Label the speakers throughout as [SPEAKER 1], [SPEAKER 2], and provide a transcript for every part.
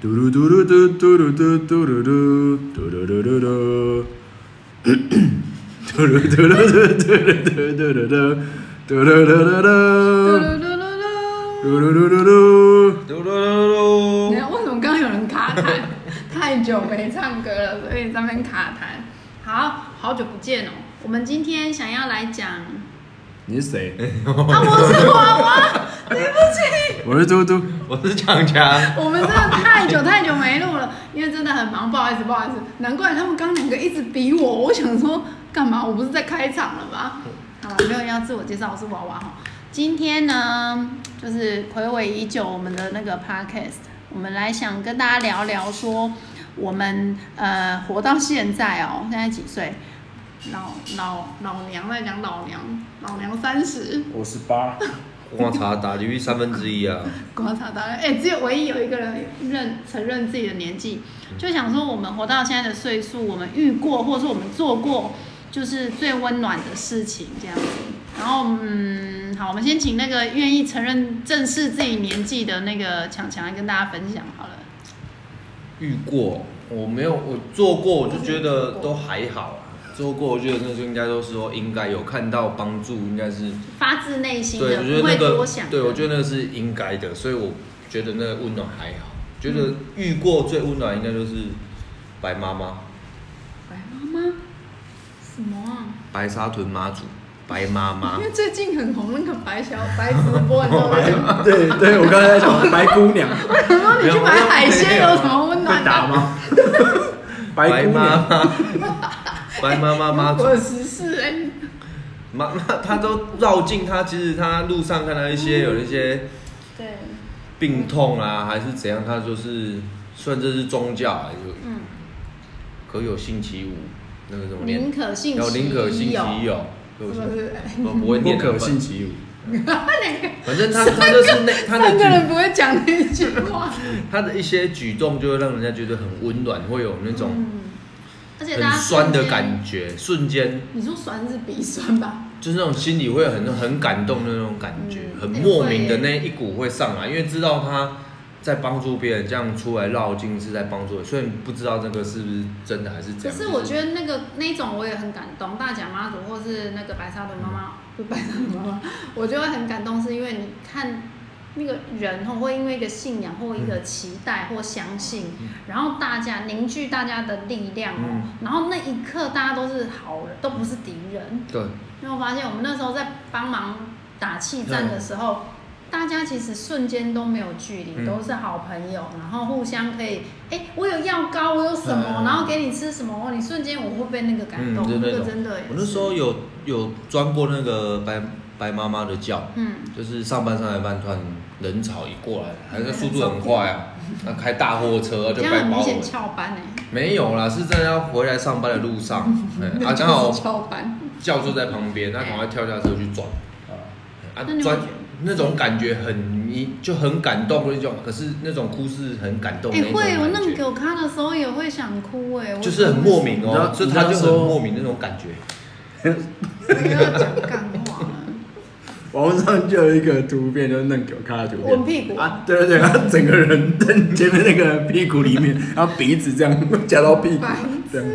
[SPEAKER 1] 嘟噜嘟噜嘟嘟噜嘟嘟噜嘟嘟噜嘟噜嘟，嘟噜嘟噜嘟嘟噜嘟嘟噜嘟，嘟噜嘟噜嘟，嘟噜嘟噜嘟。
[SPEAKER 2] 嘟噜噜
[SPEAKER 3] 你
[SPEAKER 2] 噜，
[SPEAKER 3] 看为什么刚刚有人卡痰？太久没唱歌了，所以在那边卡痰。好好久不见哦，我们今天想要来讲啊，
[SPEAKER 1] 你是谁？
[SPEAKER 3] 我是娃娃，对不
[SPEAKER 1] 我是嘟嘟。
[SPEAKER 2] 我是强强，
[SPEAKER 3] 起， 我们真的太久太久没录了，因为真的很忙，不好意思不好意思。难怪他们刚两个一直逼我，我想说干嘛？我不是在开场了吗？好了，没有人要自我介绍，我是娃娃哈。今天呢，就是暌违已久我们的那个 podcast，我们来想跟大家聊聊说，我们呃活到现在哦，现在几岁？老老老娘在讲老娘，老娘三十，
[SPEAKER 1] 我是八。
[SPEAKER 2] 我查打击率三分之一啊，
[SPEAKER 3] 观察到，哎、只有唯一有一个人认承认自己的年纪，
[SPEAKER 2] 嗯
[SPEAKER 3] 就想说我们活到现在的岁数，我们遇过或者说我们做过，就是最温暖的事情这样子。然后，嗯，好，我们先请那个愿意承认正视自己年纪的那个强强来跟大家分享好了。
[SPEAKER 2] 遇过，我没有，我做过，我就觉得都还好啊，做过，我觉得那就应该都是说应该有看到帮助，应该是，
[SPEAKER 3] 发自内心的，
[SPEAKER 2] 对，我觉得
[SPEAKER 3] 啊不
[SPEAKER 2] 那
[SPEAKER 3] 会
[SPEAKER 2] 个
[SPEAKER 3] 多想，的。
[SPEAKER 2] 对我觉得那个是应该的，所以我觉得那个温暖还好，觉得遇过最温暖应该就是白妈妈。
[SPEAKER 3] 白妈妈什么啊？
[SPEAKER 2] 白沙屯妈祖，白妈妈
[SPEAKER 3] 因为最近很红那个白小白直播，你知道吗？
[SPEAKER 1] 对对，我刚才在想白姑 娘
[SPEAKER 3] 我想说你去买海鲜有什么温暖
[SPEAKER 1] 会
[SPEAKER 3] 的？
[SPEAKER 1] 打吗？ 白
[SPEAKER 2] 白
[SPEAKER 1] 姑
[SPEAKER 2] 妈
[SPEAKER 1] 娘。
[SPEAKER 2] 妈，白妈妈妈祖
[SPEAKER 3] 我十四哎，
[SPEAKER 2] 妈妈，她都绕境。她其实她路上看到一
[SPEAKER 3] 嗯
[SPEAKER 2] 些有一些
[SPEAKER 3] 对，
[SPEAKER 2] 病痛啊，还是怎样，她就是算这是宗教啊，就
[SPEAKER 3] 嗯，
[SPEAKER 2] 可有信其无，那个什么
[SPEAKER 3] 宁
[SPEAKER 2] 念，
[SPEAKER 3] 可信
[SPEAKER 2] 有
[SPEAKER 3] 其
[SPEAKER 2] 宁可信其
[SPEAKER 3] 有，
[SPEAKER 2] 有，
[SPEAKER 3] 是
[SPEAKER 2] 对
[SPEAKER 3] 不
[SPEAKER 2] 不起
[SPEAKER 3] 是？
[SPEAKER 2] 我不会
[SPEAKER 1] 不
[SPEAKER 2] 念啊
[SPEAKER 1] 可信其无。
[SPEAKER 2] 反正她她就是那她的
[SPEAKER 3] 三个
[SPEAKER 2] 举
[SPEAKER 3] 人不会讲那句 话，
[SPEAKER 2] 她的一些举动，就会让人家觉得很温暖，会有那种
[SPEAKER 3] 嗯，而且大家
[SPEAKER 2] 很酸的
[SPEAKER 3] 瞬间。
[SPEAKER 2] 感觉，瞬间
[SPEAKER 3] 你说酸是鼻酸吧？
[SPEAKER 2] 就是那种心里会很很感动的那种感觉，
[SPEAKER 3] 嗯
[SPEAKER 2] 很
[SPEAKER 3] 哎
[SPEAKER 2] 莫名的
[SPEAKER 3] 会
[SPEAKER 2] 那一股会上来，因为知道他在帮助别人，这样出来绕境是在帮助人，虽然不知道这个是不是真的还是怎
[SPEAKER 3] 可
[SPEAKER 2] 样。
[SPEAKER 3] 是我
[SPEAKER 2] 得
[SPEAKER 3] 觉得那个那一种我也很感动，大甲妈祖或是那个白沙屯妈
[SPEAKER 2] 嗯
[SPEAKER 3] 妈，不白沙屯妈 妈，我就会很感动，是因为你看那个人哦，会因为一个信仰或一个期待或相信，然后大家凝聚大家的力量哦，
[SPEAKER 2] 嗯
[SPEAKER 3] 然后那一刻大家都是好人，都不是敌人。
[SPEAKER 2] 对，
[SPEAKER 3] 因为我发现我们那时候在帮忙打
[SPEAKER 2] 嗯
[SPEAKER 3] 气战的时候，大家其实瞬间都没有距离，
[SPEAKER 2] 嗯
[SPEAKER 3] 都是好朋友，然后互相可以，哎、我有药膏，我有什么，
[SPEAKER 2] 嗯
[SPEAKER 3] 然后给你吃什么，哦，你瞬间我会被那个感
[SPEAKER 2] 嗯，
[SPEAKER 3] 动，
[SPEAKER 2] 就
[SPEAKER 3] 那
[SPEAKER 2] 那
[SPEAKER 3] 个
[SPEAKER 2] 种。
[SPEAKER 3] 真的也是。
[SPEAKER 2] 我那时候有有钻过那个白白妈妈的教，
[SPEAKER 3] 嗯，
[SPEAKER 2] 就是上班上来班，突然人潮一过来，还是速度很快啊，那开大货车啊
[SPEAKER 3] 这
[SPEAKER 2] 就
[SPEAKER 3] 样
[SPEAKER 2] 该
[SPEAKER 3] 很
[SPEAKER 2] 把
[SPEAKER 3] 明
[SPEAKER 2] 我
[SPEAKER 3] 显
[SPEAKER 2] 们。
[SPEAKER 3] 翘班哎、
[SPEAKER 2] 没有啦，是真的要回来上班的路 上，哎啊，
[SPEAKER 3] 就
[SPEAKER 2] 刚好
[SPEAKER 3] 是翘班，
[SPEAKER 2] 教授在旁边，他赶快跳下车去转，哎啊
[SPEAKER 3] 那你会
[SPEAKER 2] 转
[SPEAKER 3] 觉得
[SPEAKER 2] 那种感觉很你就很感动那种，可是那种哭是很感动
[SPEAKER 3] 哎、
[SPEAKER 2] 那种
[SPEAKER 3] 会哦，
[SPEAKER 2] 感
[SPEAKER 3] 那
[SPEAKER 2] 觉
[SPEAKER 3] 你给我看的时候也会想哭哎、我
[SPEAKER 2] 就是很莫名
[SPEAKER 1] 你知道
[SPEAKER 2] 哦，就他
[SPEAKER 1] 你
[SPEAKER 2] 就
[SPEAKER 1] 知道
[SPEAKER 2] 很
[SPEAKER 1] 说
[SPEAKER 2] 莫名那种感觉，
[SPEAKER 3] 我要讲干话了，
[SPEAKER 1] 网上就有一个图片，就是嫩狗看的图片，
[SPEAKER 3] 闻屁股
[SPEAKER 1] 啊，对对对，他整个人瞪前面那个人屁股里面，然后鼻子这样夹到屁股
[SPEAKER 3] 白，
[SPEAKER 1] 这样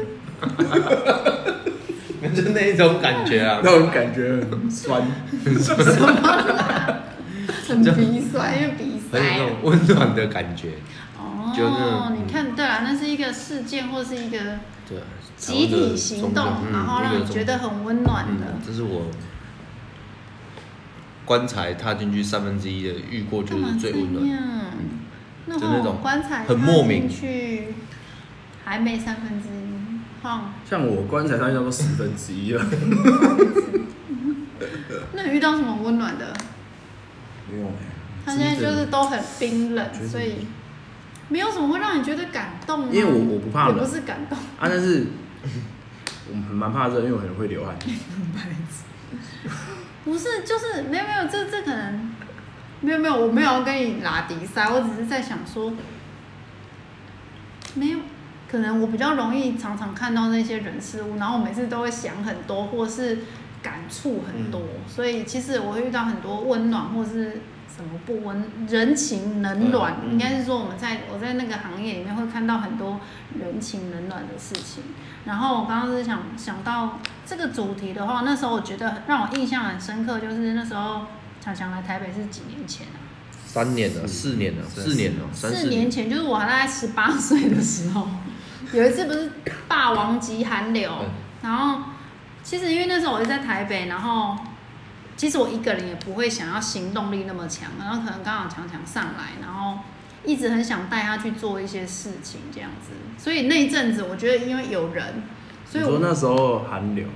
[SPEAKER 2] 就是那一种感觉啊。
[SPEAKER 1] 那种感觉很酸。
[SPEAKER 3] 很鼻塞，因为鼻塞
[SPEAKER 2] 很有那种温暖的感觉，觉得
[SPEAKER 3] 哦，
[SPEAKER 2] 嗯
[SPEAKER 3] 你看对啊，那是一个事件或是一个
[SPEAKER 2] 对啊，
[SPEAKER 3] 集体行动，
[SPEAKER 2] 嗯
[SPEAKER 3] 然后让你觉得
[SPEAKER 2] 很
[SPEAKER 3] 很温暖的。
[SPEAKER 2] 嗯这是我棺材踏进去三分之一的遇过，就
[SPEAKER 3] 干嘛
[SPEAKER 2] 是最温暖。
[SPEAKER 3] 这样那
[SPEAKER 2] 就那
[SPEAKER 3] 我
[SPEAKER 2] 种
[SPEAKER 3] 棺材
[SPEAKER 2] 很莫名
[SPEAKER 3] 踏进去，还没三分之一，哦哈。
[SPEAKER 1] 像我棺材上差不多十分之一了，
[SPEAKER 3] 那你遇到什么温暖的？
[SPEAKER 1] 没有欸
[SPEAKER 3] 他现在就是都很冰冷，
[SPEAKER 1] 得
[SPEAKER 3] 所以没有什么会让你觉得感动啊。
[SPEAKER 1] 因为我我不怕冷
[SPEAKER 3] 也不是感动，
[SPEAKER 1] 啊，但是我很蛮怕热，因为我很会流汗。
[SPEAKER 3] 不是就是没有没有，这这可能没有没有，我没有要跟你拉迪赛，我只是在想说，没有，可能我比较容易常常看到那些人事物，然后我每次都会想很多，
[SPEAKER 2] 嗯
[SPEAKER 3] 或是感触很多，所以其实我会遇到很多温暖或是什么不温人情冷暖，
[SPEAKER 2] 嗯嗯
[SPEAKER 3] 应该是说我们在我在那个行业里面会看到很多人情冷暖的事情。然后我刚刚是想想到这个主题的话，那时候我觉得让我印象很深刻，就是那时候强强来台北是几年前啊，
[SPEAKER 2] 三年了，四年了，四年了，三
[SPEAKER 3] 四
[SPEAKER 2] 四
[SPEAKER 3] 年。前，就是我大概十八岁的时候，有一次不是霸王级寒流
[SPEAKER 2] 嗯，
[SPEAKER 3] 然后其实因为那时候我是在台北，然后其实我一个人也不会想要行动力那么强，然后可能刚好强强上来，然后一直很想带他去做一些事情这样子，所以那一阵子我觉得因为有人，所
[SPEAKER 1] 你
[SPEAKER 3] 以
[SPEAKER 1] 说
[SPEAKER 3] 我
[SPEAKER 1] 那时候寒流，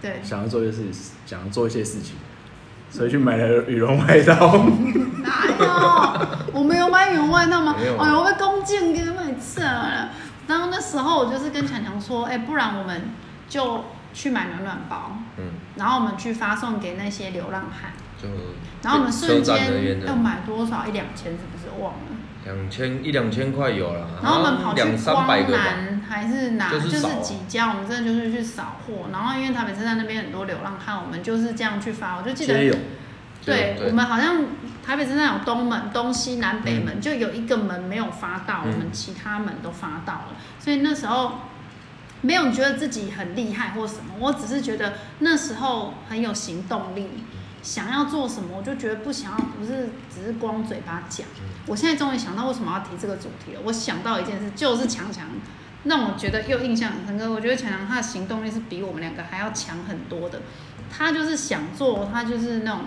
[SPEAKER 3] 对
[SPEAKER 1] 想要做一些事，想要做一些事情，所以去买了羽绒外套。
[SPEAKER 3] 哪有？我们有买羽绒外套吗
[SPEAKER 2] 没有？
[SPEAKER 3] 哎呦，被弓箭给买刺了。然后那时候我就是跟强强说，哎、不然我们就去买暖暖包，
[SPEAKER 2] 嗯，
[SPEAKER 3] 然后我们去发送给那些流浪汉。
[SPEAKER 2] 就。
[SPEAKER 3] 然后我们瞬
[SPEAKER 2] 车站人员
[SPEAKER 3] 间
[SPEAKER 2] 的
[SPEAKER 3] 要买多少？一两千是不是？忘了。
[SPEAKER 2] 两千一两千块有了，
[SPEAKER 3] 然后我们跑去
[SPEAKER 2] 啊两三
[SPEAKER 3] 光
[SPEAKER 2] 百个吧。
[SPEAKER 3] 南还是哪，
[SPEAKER 2] 就
[SPEAKER 3] 就是是
[SPEAKER 2] 扫啊
[SPEAKER 3] 几家，我们真的就是去扫货。然后因为台北车站那边很多流浪汉，我们就是这样去发。我就记得
[SPEAKER 1] 街友，
[SPEAKER 3] 对
[SPEAKER 2] 对，
[SPEAKER 3] 我们好像台北车站有东门、东西南北门，就有一个门没有发到，
[SPEAKER 2] 嗯
[SPEAKER 3] 我们其他门都发到了，所以那时候没有觉得自己很厉害或什么，我只是觉得那时候很有行动力，
[SPEAKER 2] 嗯
[SPEAKER 3] 想要做什么，我就觉得不想要，不是只是光嘴巴讲。我现在终于想到为什么要提这个主题了，我想到一件事，就是强强。让我觉得又印象很深刻。我觉得强强他的行动力是比我们两个还要强很多的。他就是想做，他就是那种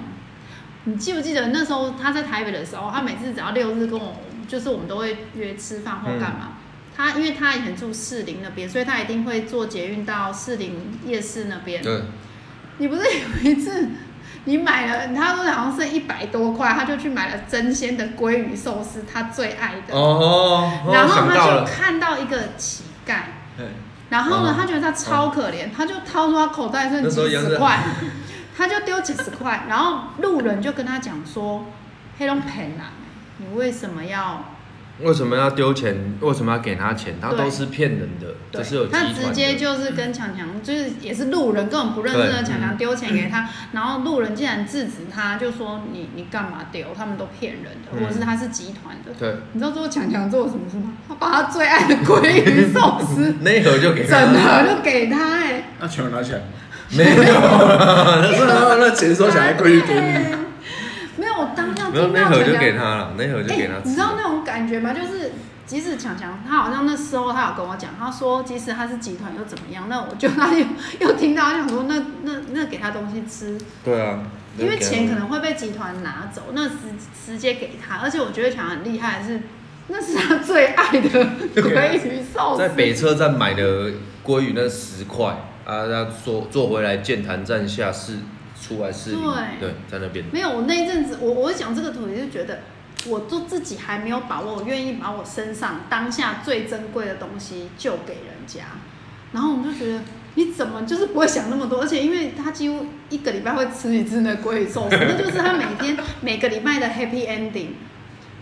[SPEAKER 3] 你记不记得那时候他在台北的时候，他每次只要六日跟我，就是我们都会约吃饭或干嘛。他因为他以前住士林那边，所以他一定会坐捷运到士林夜市那边。
[SPEAKER 2] 对，
[SPEAKER 3] 你不是有一次你买了，他说好像剩一百多块，他就去买了真鲜的鲑鱼寿司，他最爱的。
[SPEAKER 2] 哦，哦
[SPEAKER 3] 然后
[SPEAKER 2] 想到
[SPEAKER 3] 他就
[SPEAKER 2] 了，
[SPEAKER 3] 看到一个乞丐，
[SPEAKER 2] 对
[SPEAKER 3] 然后
[SPEAKER 2] 哦
[SPEAKER 3] 呢，他觉得他超可怜，他就掏出他口袋剩
[SPEAKER 2] 那时候
[SPEAKER 3] 几
[SPEAKER 2] 杨
[SPEAKER 3] 十
[SPEAKER 2] 振
[SPEAKER 3] 块，他就丢几十块，然后路人就跟他讲说：“黑龙盆啊，你为什么要
[SPEAKER 2] 为什么要丢钱？为什么要给他钱？他
[SPEAKER 3] 对
[SPEAKER 2] 都是骗人的，这是有
[SPEAKER 3] 对，
[SPEAKER 2] 集
[SPEAKER 3] 他
[SPEAKER 2] 团
[SPEAKER 3] 直接
[SPEAKER 2] 的
[SPEAKER 3] 就是跟强强，就是也是路人根本不认识的
[SPEAKER 2] 对
[SPEAKER 3] 强强丢钱给他，然后路人竟然制止他，就说你你干嘛丢？他们都骗人的，
[SPEAKER 2] 嗯
[SPEAKER 3] 或者是他是集团的。
[SPEAKER 2] 对
[SPEAKER 3] 你知道最后强强做了什么事吗？他把他最爱的鲑鱼寿司
[SPEAKER 2] 那一盒就给
[SPEAKER 3] 整
[SPEAKER 2] 他
[SPEAKER 3] 盒就给他哎、
[SPEAKER 1] 那钱我拿起来，
[SPEAKER 2] 没有，
[SPEAKER 1] 那那钱收起来归于给你。
[SPEAKER 3] 哎没有，我当下
[SPEAKER 2] 没有
[SPEAKER 3] 听
[SPEAKER 2] 那
[SPEAKER 3] 到
[SPEAKER 2] 盒
[SPEAKER 3] 强
[SPEAKER 2] 就
[SPEAKER 3] 强，
[SPEAKER 2] 给他了，那盒就给他
[SPEAKER 3] 哎
[SPEAKER 2] 吃。
[SPEAKER 3] 你知道那种感觉吗？就是即使强强，他好像那时候他有跟我讲，他说即使他是集团又怎么样？那我就他又又听到，他想说那 那那给他东西吃，
[SPEAKER 2] 对啊，
[SPEAKER 3] 因为钱可
[SPEAKER 2] 能
[SPEAKER 3] 能会被集团拿走，那直直接给他。而且我觉得强强很厉害的是，那是他最爱 的鲑鱼寿司，
[SPEAKER 2] 在北车站买的鲑鱼那十块啊，他坐坐回来建潭站下市出来市里，
[SPEAKER 3] 对
[SPEAKER 2] 对，在那边
[SPEAKER 3] 没有，我那一阵子，我我会讲这个主题，就觉得我都自己还没有把握，我愿意把我身上当下最珍贵的东西就给人家，然后我们就觉得你怎么就是不会想那么多，而且因为他几乎一个礼拜会吃一次那鲑鱼寿司，那就是他每天每个礼拜的 happy ending。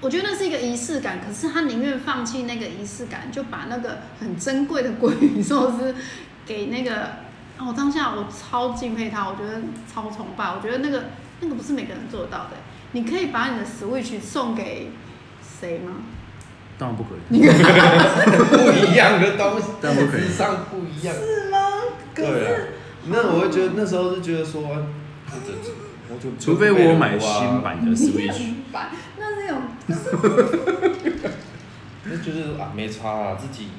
[SPEAKER 3] 我觉得那是一个仪式感，可是他宁愿放弃那个仪式感，就把那个很珍贵的鲑鱼寿司给那个。哦，当下我超敬佩他，我觉得超崇拜，我觉得那个那个不是每个人做得到的。你可以把你的 Switch 送给谁吗？
[SPEAKER 1] 当然不可以，
[SPEAKER 3] 你看
[SPEAKER 2] 不一样的东西，
[SPEAKER 1] 但不可以
[SPEAKER 2] 智商不一样。
[SPEAKER 3] 是吗？可
[SPEAKER 2] 对啊
[SPEAKER 3] 是，
[SPEAKER 2] 那我会觉得那时候是觉得说，我就我就
[SPEAKER 1] 除非我买新，版的
[SPEAKER 3] 你
[SPEAKER 1] Switch。
[SPEAKER 3] 很烦，那是有
[SPEAKER 2] 那就是啊没差啊，自己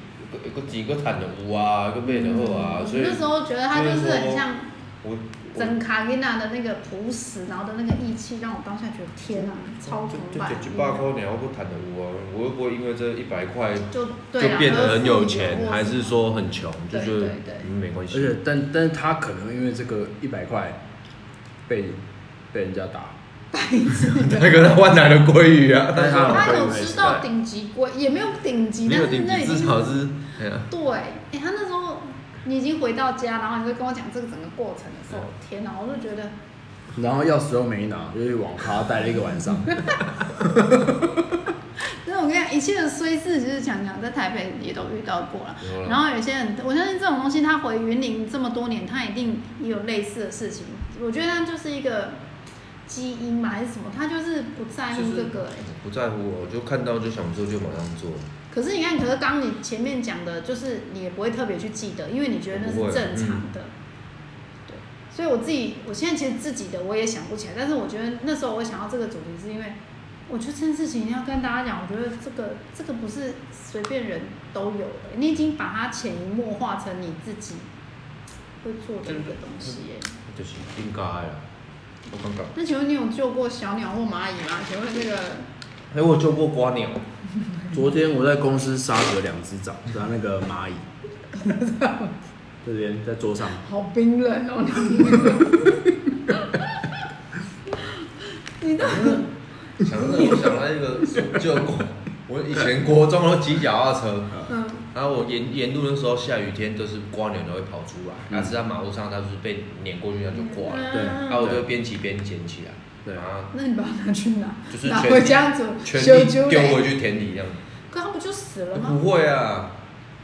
[SPEAKER 2] 有个几个坦的有啊，有个背的好啊，所以
[SPEAKER 3] 嗯那时候觉得他就是很像
[SPEAKER 2] 我
[SPEAKER 3] 整卡琳娜的那个朴实，然后的那个义气，让我当下觉得天啊，超崇
[SPEAKER 2] 就就
[SPEAKER 3] 拜。
[SPEAKER 2] 就一百块你要不谈的有啊，我又不会因为这一百块
[SPEAKER 3] 就对啊
[SPEAKER 2] 就
[SPEAKER 3] 啦
[SPEAKER 2] 变得很有钱，
[SPEAKER 3] 或
[SPEAKER 2] 还是说很穷，就
[SPEAKER 3] 对
[SPEAKER 2] 觉得
[SPEAKER 3] 对对
[SPEAKER 2] 嗯没 关
[SPEAKER 1] 而
[SPEAKER 2] 系。
[SPEAKER 1] 且，但但是他可能因为这个一百块被被人家打，
[SPEAKER 2] 那个他换来的鲑 鱼啊，
[SPEAKER 1] 但是他
[SPEAKER 3] 他
[SPEAKER 1] 有
[SPEAKER 3] 有吃到顶级龟，也没有顶级，
[SPEAKER 2] 没
[SPEAKER 3] 但
[SPEAKER 2] 有
[SPEAKER 3] 是
[SPEAKER 2] 顶
[SPEAKER 3] 那
[SPEAKER 2] 级，
[SPEAKER 3] 已
[SPEAKER 2] 至
[SPEAKER 3] 经
[SPEAKER 2] 少是哎呀
[SPEAKER 3] 对，哎、他那时候你已经回到家，然后你就跟我讲这个整个过程的时候，天哪，我就觉得
[SPEAKER 1] 然后钥匙又没拿，就去网咖待了一个晚 上。
[SPEAKER 3] 那我跟你讲，一切的衰事，就是强强在台北也都遇到过了
[SPEAKER 2] 有啦。
[SPEAKER 3] 然后有些人，我相信这种东西，他回云林这么多年，他一定也有类似的事情。我觉得他就是一个基因嘛还是什么，他就是不在乎这个、欸。
[SPEAKER 2] 不在乎我，我就看到就想做就马上做，
[SPEAKER 3] 可是你看，可是刚刚你前面讲的，就是你也不会特别去记得，因为你觉得那是正常的。对，所以我自己，我现在其实自己的我也想不起来，但是我觉得那时候我想到这个主题，是因为我觉得这件事情要跟大家讲，我觉得这个这个不是随便人都有的，你已经把它潜移默化成你自己会做的一个东西耶、
[SPEAKER 2] 就是应该啊。我刚刚，
[SPEAKER 3] 那请问你有救过小鸟或蚂蚁吗？请问那个
[SPEAKER 2] 哎、我有救过瓜鸟，
[SPEAKER 1] 昨天我在公司杀死了两只掌，然后那个蚂蚁， 这边在桌上，
[SPEAKER 3] 好冰冷哦，你 你到底
[SPEAKER 2] 想到这个我想到一个救过，我以前国中都骑脚踏车，
[SPEAKER 3] 嗯
[SPEAKER 2] 然后我沿沿路的时候下雨天就是瓜鸟都会跑出来，但是在马路上它就是被碾过去它就挂了，
[SPEAKER 1] 对
[SPEAKER 3] 嗯
[SPEAKER 2] 然后我就边骑边捡起来，
[SPEAKER 1] 对
[SPEAKER 2] 然后
[SPEAKER 3] 那你把它拿去哪？
[SPEAKER 2] 就是
[SPEAKER 3] 拿
[SPEAKER 2] 全
[SPEAKER 3] 回家煮，
[SPEAKER 2] 全
[SPEAKER 3] 修
[SPEAKER 2] 力
[SPEAKER 3] 修
[SPEAKER 2] 丢回
[SPEAKER 3] 去。
[SPEAKER 2] 去田里这样，
[SPEAKER 3] 可它不就死了吗？
[SPEAKER 2] 不会啊，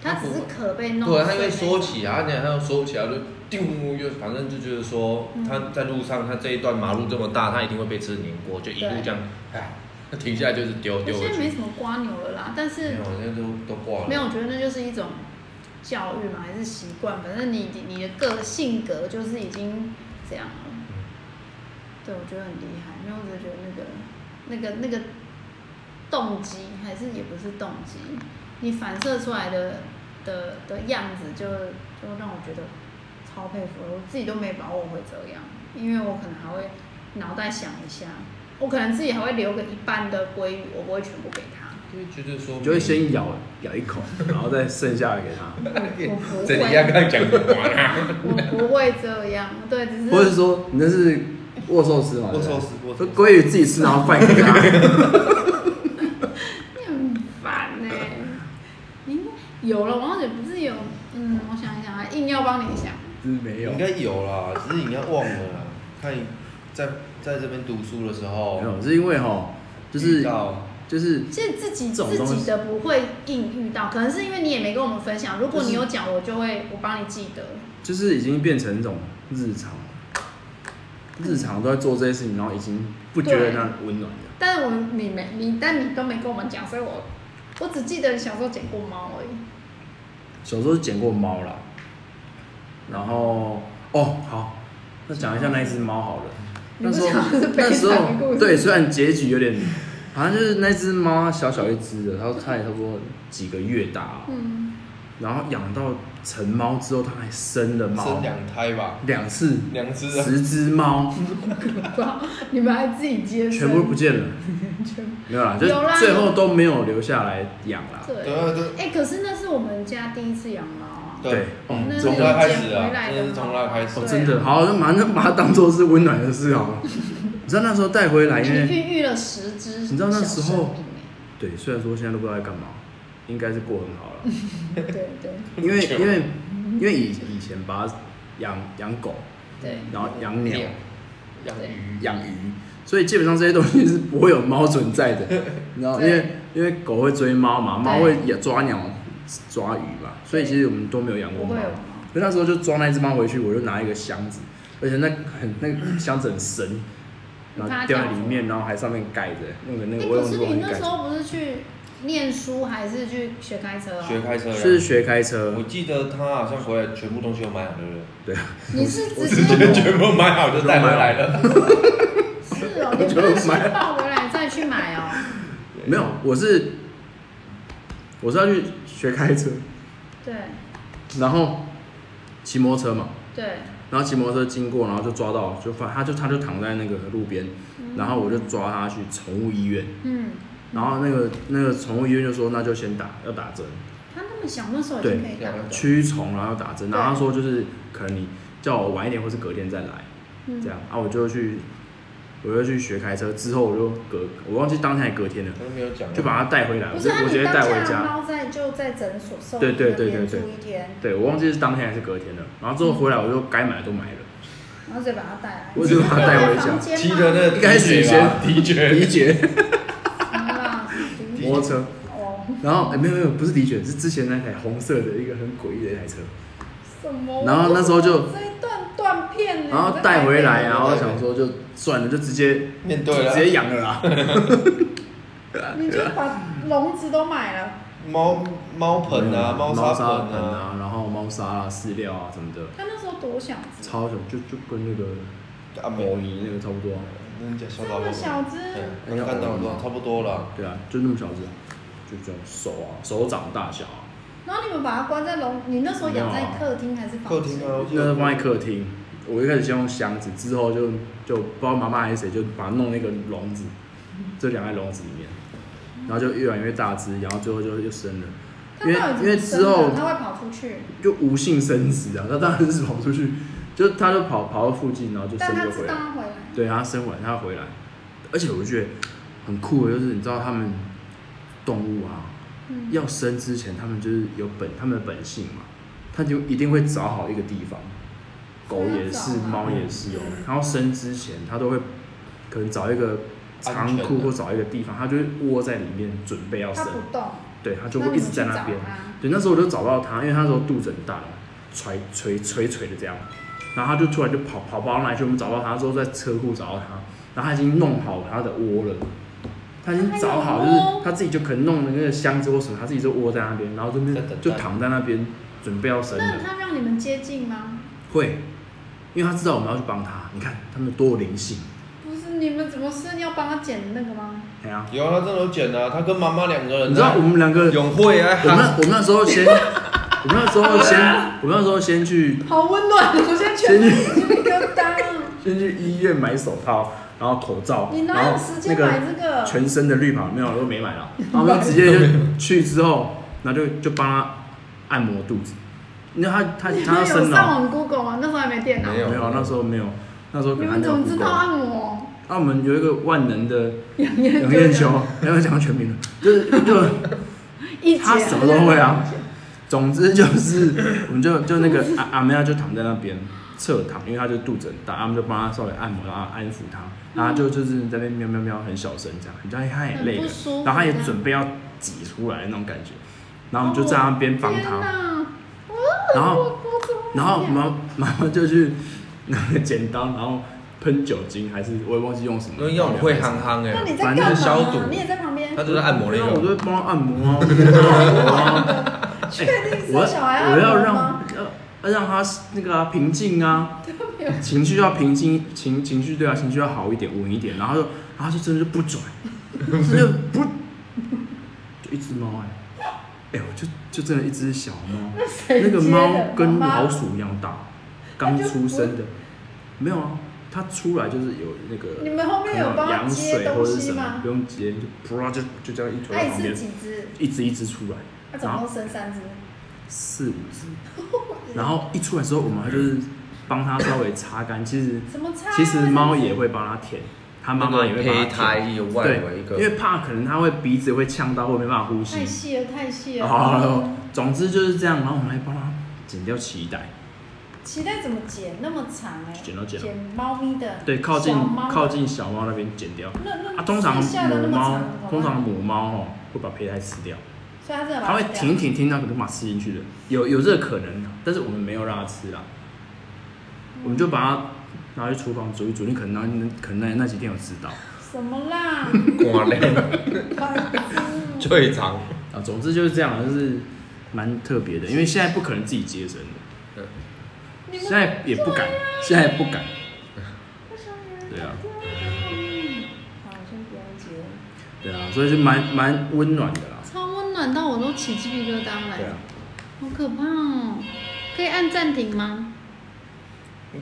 [SPEAKER 3] 它只是壳被弄
[SPEAKER 2] 对，
[SPEAKER 3] 碎。
[SPEAKER 2] 他会收起来，而且他要收起来就丢，就反正就觉得说
[SPEAKER 3] 嗯
[SPEAKER 2] 他在路上，他这一段马路这么大，他一定会被车碾过，就一路这样，哎，那停下来就是丢丢
[SPEAKER 3] 现
[SPEAKER 2] 回
[SPEAKER 3] 在
[SPEAKER 2] 去。
[SPEAKER 3] 没什么瓜牛了啦，但
[SPEAKER 2] 没
[SPEAKER 3] 是
[SPEAKER 2] 有，现在都都挂了。
[SPEAKER 3] 没有，我觉得那就是一种教育嘛，还是习惯。反正你你你的个性格就是已经这样了。对，我觉得很厉害，因为我只觉得那个那个那个动机还是也不是动机，你反射出来的的的样子就就让我觉得超佩服的，我自己都没把握会这样，因为我可能还会脑袋想一下，我可能自己还会留个一半的鲑鱼，我不会全部给他。
[SPEAKER 2] 就觉得说，
[SPEAKER 1] 你就会先咬咬一 口，然后再剩下的给他，
[SPEAKER 3] 我不
[SPEAKER 2] 这
[SPEAKER 3] 会
[SPEAKER 2] 里要跟他讲不完啊。
[SPEAKER 3] 我不会这样，对，只
[SPEAKER 1] 或者是
[SPEAKER 3] 是
[SPEAKER 1] 说你那是握寿司嘛？
[SPEAKER 2] 握寿司
[SPEAKER 1] 对
[SPEAKER 2] 握
[SPEAKER 1] 不对
[SPEAKER 2] 寿司
[SPEAKER 1] 鲑鱼自己吃，然后饭给他，
[SPEAKER 3] 你很烦呢、你应该有了，王小姐不是有？嗯，我想一想啊，硬要帮你想，
[SPEAKER 1] 就是没有，
[SPEAKER 2] 应
[SPEAKER 1] 没
[SPEAKER 2] 该有啦，只是你要忘了啦。看你在在这边读书的时候，
[SPEAKER 1] 有，是因为哈，就
[SPEAKER 2] 遇
[SPEAKER 1] 是
[SPEAKER 2] 到
[SPEAKER 1] 就是
[SPEAKER 3] 其实自己
[SPEAKER 1] 这种
[SPEAKER 3] 自
[SPEAKER 1] 东西
[SPEAKER 3] 己的不会硬遇到，可能是因为你也没跟我们分享。如果你有讲，我就会我帮你记得。
[SPEAKER 1] 就是已经变成一种日常，日常都在做这些事情，然后已经不觉得那温暖了。
[SPEAKER 3] 但是我你没你，但你都没跟我们讲，所以我我只记得你小时候捡过猫而已。
[SPEAKER 1] 小时候捡过猫啦，然后哦好，那讲一下那一只猫好了。
[SPEAKER 3] 你
[SPEAKER 1] 那
[SPEAKER 3] 不
[SPEAKER 1] 时
[SPEAKER 3] 讲
[SPEAKER 1] 候
[SPEAKER 3] 的是
[SPEAKER 1] 那
[SPEAKER 3] 悲
[SPEAKER 1] 时
[SPEAKER 3] 惨的故
[SPEAKER 1] 候
[SPEAKER 3] 事，
[SPEAKER 1] 对，虽然结局有点，好像就是那只猫它小小一只的，它它也差不多几个月大哦、
[SPEAKER 3] 嗯，
[SPEAKER 1] 然后养到成猫之后，它还生了猫
[SPEAKER 2] 生两胎吧，
[SPEAKER 1] 两次，
[SPEAKER 2] 两只啊，
[SPEAKER 1] 十只猫
[SPEAKER 3] 哇你们还自己接生，
[SPEAKER 1] 全部都不见 了，
[SPEAKER 3] 全部
[SPEAKER 1] 没有啦，就
[SPEAKER 3] 有啦
[SPEAKER 1] 最后都没有留下来养啦。
[SPEAKER 2] 对
[SPEAKER 3] 对。
[SPEAKER 2] 啊对
[SPEAKER 3] 哎、可是那是我们家第一次养猫啊。
[SPEAKER 1] 对
[SPEAKER 2] 对，嗯
[SPEAKER 3] 那是
[SPEAKER 2] 从那开始
[SPEAKER 3] 捡回
[SPEAKER 2] 啊，
[SPEAKER 3] 来的
[SPEAKER 2] 真的是从那开始
[SPEAKER 1] 哦，
[SPEAKER 3] 对
[SPEAKER 1] 真
[SPEAKER 3] 啊。
[SPEAKER 1] 的，好，那马上把它当做是温暖的事好 了。你知道那时候带回来，因为
[SPEAKER 3] 你孕育了十只，
[SPEAKER 1] 你知道那时候，对，虽然说现在都不知道在干嘛，应该是过很好 了，
[SPEAKER 3] 对对
[SPEAKER 1] 因为因为因为以以前把它养养狗，
[SPEAKER 3] 嗯对，
[SPEAKER 1] 然后养鸟、
[SPEAKER 2] 养鱼，
[SPEAKER 1] 养鱼，所以基本上这些东西是不会有猫存在的，你知道，因
[SPEAKER 3] 对
[SPEAKER 1] 为因为狗会追猫嘛，猫
[SPEAKER 3] 对
[SPEAKER 1] 会也抓鸟、抓鱼嘛，所以其实我们都没有养过
[SPEAKER 3] 不
[SPEAKER 1] 猫
[SPEAKER 3] 会。有
[SPEAKER 1] 所以那时候就装那只猫回去，我就拿一个箱子，而且那很那个箱子很深，然后掉在里面，然后还上面盖着，用个那
[SPEAKER 3] 哎、
[SPEAKER 1] 个我
[SPEAKER 3] 可
[SPEAKER 1] 用
[SPEAKER 3] 是
[SPEAKER 1] 过
[SPEAKER 3] 你
[SPEAKER 1] 很
[SPEAKER 3] 那
[SPEAKER 1] 盖
[SPEAKER 3] 时
[SPEAKER 1] 着。
[SPEAKER 3] 候不是去念书，还是去学开车啊？
[SPEAKER 2] 学开车，
[SPEAKER 1] 是学开车
[SPEAKER 2] 我，记得他好像回来全部东西都买好了，
[SPEAKER 1] 对，
[SPEAKER 3] 你是直
[SPEAKER 2] 对不对？
[SPEAKER 3] 接
[SPEAKER 2] 全部买好就带回来了。
[SPEAKER 3] 是哦，你不是先抱回来再去买哦？
[SPEAKER 1] 没有，我是我是要去学开车，
[SPEAKER 3] 对
[SPEAKER 1] 然后骑摩托车嘛，
[SPEAKER 3] 对，
[SPEAKER 1] 然后骑摩托车经过，然后就抓到，就发他就他就躺在那个路边，然后我就抓他去宠物医院，
[SPEAKER 3] 嗯，
[SPEAKER 1] 然后那个那个宠物医院就说那就先打要打针，
[SPEAKER 3] 他那么小，那时候已经可以打了，
[SPEAKER 1] 驱虫，然后打针，
[SPEAKER 3] 对
[SPEAKER 1] 然后他说就是可能你叫我晚一点，或是隔天再来，
[SPEAKER 3] 嗯
[SPEAKER 1] 这样啊，我就去，我就去学开车，之后我就隔，我忘记当天还隔天了，
[SPEAKER 2] 他都没有讲，
[SPEAKER 1] 就把它带回来，我
[SPEAKER 3] 不
[SPEAKER 1] 就是
[SPEAKER 3] 啊，
[SPEAKER 1] 我直接
[SPEAKER 3] 你当
[SPEAKER 1] 带回
[SPEAKER 3] 下
[SPEAKER 1] 家，
[SPEAKER 3] 猫在就在诊所送
[SPEAKER 1] 对对对对
[SPEAKER 3] 那边
[SPEAKER 1] 对
[SPEAKER 3] 住一天，
[SPEAKER 1] 对我忘记是当天还是隔天了，然后之后回来我就该买的都买了，
[SPEAKER 3] 然后再把它带来，
[SPEAKER 1] 我就把它带回家
[SPEAKER 3] 房间吗
[SPEAKER 2] 骑的那个
[SPEAKER 1] 一开始先
[SPEAKER 2] 的
[SPEAKER 1] 迪
[SPEAKER 2] 确，
[SPEAKER 1] 爵
[SPEAKER 3] 啊 离
[SPEAKER 1] 摩托车，
[SPEAKER 3] 哦，
[SPEAKER 1] 然后哎、没有没有不是迪爵，是之前那台红色的一个很诡异的一台车，
[SPEAKER 3] 什么？
[SPEAKER 1] 然后那时候就
[SPEAKER 3] 这一段断片呢。
[SPEAKER 1] 然后
[SPEAKER 3] 在
[SPEAKER 1] 带回来，
[SPEAKER 3] 台北
[SPEAKER 1] 然后想说就算了，就直接
[SPEAKER 2] 面对了
[SPEAKER 1] 直接养了 啦。啊
[SPEAKER 3] 你就把笼子都买了，
[SPEAKER 2] 猫猫盆啊，
[SPEAKER 1] 嗯猫
[SPEAKER 2] 砂
[SPEAKER 1] 砂盆
[SPEAKER 2] 啊，
[SPEAKER 1] 啊，然后猫砂啊、饲料啊什么的，
[SPEAKER 3] 他那时候多小只，
[SPEAKER 1] 超小，就就跟那个
[SPEAKER 2] 啊没
[SPEAKER 1] 藕泥那个差不多啊。
[SPEAKER 2] 那叫小
[SPEAKER 3] 这
[SPEAKER 2] 到
[SPEAKER 3] 么
[SPEAKER 2] 我，
[SPEAKER 3] 小只，
[SPEAKER 1] 哎
[SPEAKER 2] 嗯，刚看到了，差不多了，
[SPEAKER 1] 对啊，就那么小只啊，就这样手啊，手掌大小啊。
[SPEAKER 3] 然后你们把它关在笼，你那时候养在客厅还是房
[SPEAKER 2] 客
[SPEAKER 3] 间
[SPEAKER 2] 厅啊，我记
[SPEAKER 1] 那
[SPEAKER 2] 得
[SPEAKER 1] 是放在客厅。我一开始先用箱子，之后就就不知道妈妈还是谁，就把它弄那个笼子，就养在笼子里面，然后就越养越大只，然后最后就又生了，
[SPEAKER 3] 它
[SPEAKER 1] 因为
[SPEAKER 3] 到底怎么
[SPEAKER 1] 因为
[SPEAKER 3] 生
[SPEAKER 1] 之
[SPEAKER 3] 的
[SPEAKER 1] 后
[SPEAKER 3] 它会跑出去，
[SPEAKER 1] 就无性生殖啊，它当然是跑出去，就它就跑跑到附近，然后就
[SPEAKER 3] 但
[SPEAKER 1] 生
[SPEAKER 3] 它
[SPEAKER 1] 就
[SPEAKER 3] 知
[SPEAKER 1] 回
[SPEAKER 3] 道
[SPEAKER 1] 来，
[SPEAKER 3] 它回来。
[SPEAKER 1] 对，然后它生完它回来，而且我觉得很酷的就是你知道它们动物啊，
[SPEAKER 3] 嗯，
[SPEAKER 1] 要生之前，他们就是有本他们的本性嘛，他就一定会找好一个地方。狗也是，猫也是哦。然后生之前，它都会可能找一个仓
[SPEAKER 2] 安
[SPEAKER 1] 库
[SPEAKER 2] 全的
[SPEAKER 1] 或找一个地方，它就会窝在里面准备要
[SPEAKER 3] 它
[SPEAKER 1] 生
[SPEAKER 3] 不。动，
[SPEAKER 1] 对，它就会一直在那边。对，那时候我就找到它，因为它那时候肚子很大，垂垂垂垂的这样。然后它就突然就跑跑跑到哪里去，我们找到它之后，在车库找到它，然后它已经弄好它的窝了。他已经找好，就是他自己就可能弄了那个箱子或什么，他自己就窝在那边，然后就
[SPEAKER 2] 在
[SPEAKER 1] 那
[SPEAKER 2] 等待
[SPEAKER 1] 就躺在那边准备要生
[SPEAKER 3] 那
[SPEAKER 1] 了。
[SPEAKER 3] 它让你们接近吗？
[SPEAKER 1] 会，因为他知道我们要去帮他，你看他们多有灵性。
[SPEAKER 3] 不是，你们怎么是要帮它捡那个吗？
[SPEAKER 1] 哎呀、
[SPEAKER 2] 有啊，他真的有剪啊，他跟妈妈两个人啊，
[SPEAKER 1] 你知道我们两个，我
[SPEAKER 2] 永慧啊，
[SPEAKER 1] 们那我们那时候先，我们那时候先，我们那时候先去
[SPEAKER 3] 好温暖，我现在全身起鸡皮疙瘩。
[SPEAKER 1] 先去医院买手套，然后口罩，
[SPEAKER 3] 啊你哪
[SPEAKER 1] 然后
[SPEAKER 3] 有时
[SPEAKER 1] 那
[SPEAKER 3] 间买
[SPEAKER 1] 个
[SPEAKER 3] 这个？
[SPEAKER 1] 全身的绿袍没有，我都没买 了，然后我就直接就去之后，然后就就帮他按摩肚子，因为他他
[SPEAKER 3] 你
[SPEAKER 1] 他要
[SPEAKER 3] 们有
[SPEAKER 1] 生
[SPEAKER 3] 上
[SPEAKER 1] 了，
[SPEAKER 3] 网 Google 吗？那时候还没电脑
[SPEAKER 2] 没。有
[SPEAKER 1] 没有那时候没有，那时候可
[SPEAKER 3] 你
[SPEAKER 1] 能还
[SPEAKER 3] 们
[SPEAKER 1] 没
[SPEAKER 3] 怎
[SPEAKER 1] 有
[SPEAKER 3] 么知
[SPEAKER 1] Google
[SPEAKER 3] 道啊 按摩？
[SPEAKER 1] 那我们有一个万能 的
[SPEAKER 3] 杨艳
[SPEAKER 1] 杨艳秋，杨艳秋全名了，就是就
[SPEAKER 3] 一姐
[SPEAKER 1] 他什么都会啊。总之就是， 我们就就那个阿阿妹啊她就躺在那边侧躺，因为她就肚子很大，他们就帮她稍微按摩，然后安抚她，然后她就就是在那边喵喵喵很小声这样，你知道她也累
[SPEAKER 3] 很
[SPEAKER 1] 了
[SPEAKER 3] 不舒服，
[SPEAKER 1] 然后她也
[SPEAKER 3] 这样
[SPEAKER 1] 准备要挤出来那种感觉，然后我们就在那边帮
[SPEAKER 3] 哦天
[SPEAKER 1] 她，
[SPEAKER 3] 哪
[SPEAKER 1] 然
[SPEAKER 3] 我
[SPEAKER 1] 后
[SPEAKER 3] 我怎么会
[SPEAKER 1] 然后
[SPEAKER 3] 这样
[SPEAKER 1] 妈妈妈就去拿个剪刀，然后喷酒精还是我也忘记用什么，
[SPEAKER 2] 跟永慧憨憨
[SPEAKER 3] 那你
[SPEAKER 2] 哎，
[SPEAKER 3] 在
[SPEAKER 1] 反
[SPEAKER 3] 干
[SPEAKER 1] 正
[SPEAKER 3] 嘛
[SPEAKER 2] 就
[SPEAKER 3] 啊？
[SPEAKER 2] 是消毒
[SPEAKER 3] 你也在旁边
[SPEAKER 1] 呃
[SPEAKER 2] 他。就在按摩那
[SPEAKER 1] 然后我就
[SPEAKER 2] 个，
[SPEAKER 1] 会帮她按摩啊，我就会帮她按摩啊。
[SPEAKER 3] 确定
[SPEAKER 1] 我
[SPEAKER 3] 生小孩
[SPEAKER 1] 我
[SPEAKER 3] 按
[SPEAKER 1] 要
[SPEAKER 3] 摩
[SPEAKER 1] 让
[SPEAKER 3] 吗？
[SPEAKER 1] 要要让他那个啊、平静啊，
[SPEAKER 3] 没有
[SPEAKER 1] 情绪要平静，情情绪对啊，情绪要好一点，稳一点。然后就，然后就真的就不拽，真的不，就一只猫哎、哎、我就就真的一只小猫，
[SPEAKER 3] 谁
[SPEAKER 1] 那个
[SPEAKER 3] 接的
[SPEAKER 1] 猫跟
[SPEAKER 3] 妈妈
[SPEAKER 1] 老鼠一样大，刚出生的，没有啊，它出来就是有那
[SPEAKER 3] 你
[SPEAKER 1] 个
[SPEAKER 3] 们后
[SPEAKER 1] 可
[SPEAKER 3] 面
[SPEAKER 1] 能
[SPEAKER 3] 有
[SPEAKER 1] 有
[SPEAKER 3] 帮他
[SPEAKER 1] 羊
[SPEAKER 3] 接
[SPEAKER 1] 水或
[SPEAKER 3] 东
[SPEAKER 1] 者是
[SPEAKER 3] 西
[SPEAKER 1] 什么，
[SPEAKER 3] 吗
[SPEAKER 1] 不？用接，就噗啦就就这样一推
[SPEAKER 3] 爱
[SPEAKER 1] 到旁
[SPEAKER 3] 是
[SPEAKER 1] 边，
[SPEAKER 3] 几只？
[SPEAKER 1] 一只一只出来，
[SPEAKER 3] 他总
[SPEAKER 1] 然后
[SPEAKER 3] 共生三只。
[SPEAKER 1] 四五只。然后一出来之后，我们还就是帮它稍微擦干。其实
[SPEAKER 3] 什么差？
[SPEAKER 1] 其实猫也会帮它舔，它妈妈也会帮它
[SPEAKER 2] 胚胎
[SPEAKER 1] 舔。
[SPEAKER 2] 一个外围
[SPEAKER 1] 对
[SPEAKER 2] 一，
[SPEAKER 1] 因
[SPEAKER 2] 个，
[SPEAKER 1] 为怕可能它会鼻子会呛到，会没办法呼吸。
[SPEAKER 3] 太细了，太细了。嗯
[SPEAKER 1] 好好好，总之就是这样。然后我们还帮它剪掉脐带，
[SPEAKER 3] 脐带怎么剪那么长哎、
[SPEAKER 1] 剪到剪
[SPEAKER 3] 猫咪的，
[SPEAKER 1] 对，靠近
[SPEAKER 3] 小猫
[SPEAKER 1] 靠近小猫那边剪掉。
[SPEAKER 3] 那那、
[SPEAKER 1] 啊，通常
[SPEAKER 3] 下的
[SPEAKER 1] 母
[SPEAKER 3] 那么
[SPEAKER 1] 猫
[SPEAKER 3] 长怎么办，
[SPEAKER 1] 通常母猫哦会把胚胎吃掉，
[SPEAKER 3] 所以它真的把
[SPEAKER 1] 它会
[SPEAKER 3] 剪掉
[SPEAKER 1] 停一停停到可能把它吃进去的，有有这个可能啊，但是我们没有让它吃啊。
[SPEAKER 3] 嗯
[SPEAKER 1] 我们就把它拿去厨房煮一煮，你可能那可能那那几天有吃到
[SPEAKER 3] 什么 啦？
[SPEAKER 2] 瓜嘞，
[SPEAKER 3] 白痴
[SPEAKER 2] 最长，
[SPEAKER 1] 啊。总之就是这样，就是蛮特别的，因为现在不可能自己接生的，
[SPEAKER 3] 你们
[SPEAKER 1] 现在也不敢，
[SPEAKER 3] 啊
[SPEAKER 1] 现在也不敢。
[SPEAKER 3] 为什么有人
[SPEAKER 1] 对啊
[SPEAKER 3] 这样好，先不要接了。
[SPEAKER 1] 对啊，所以就蛮蛮温暖的啦。
[SPEAKER 3] 超温暖到我都起鸡皮疙瘩了
[SPEAKER 1] 对啊，
[SPEAKER 3] 好可怕哦！可以按暂停吗？
[SPEAKER 1] 嗯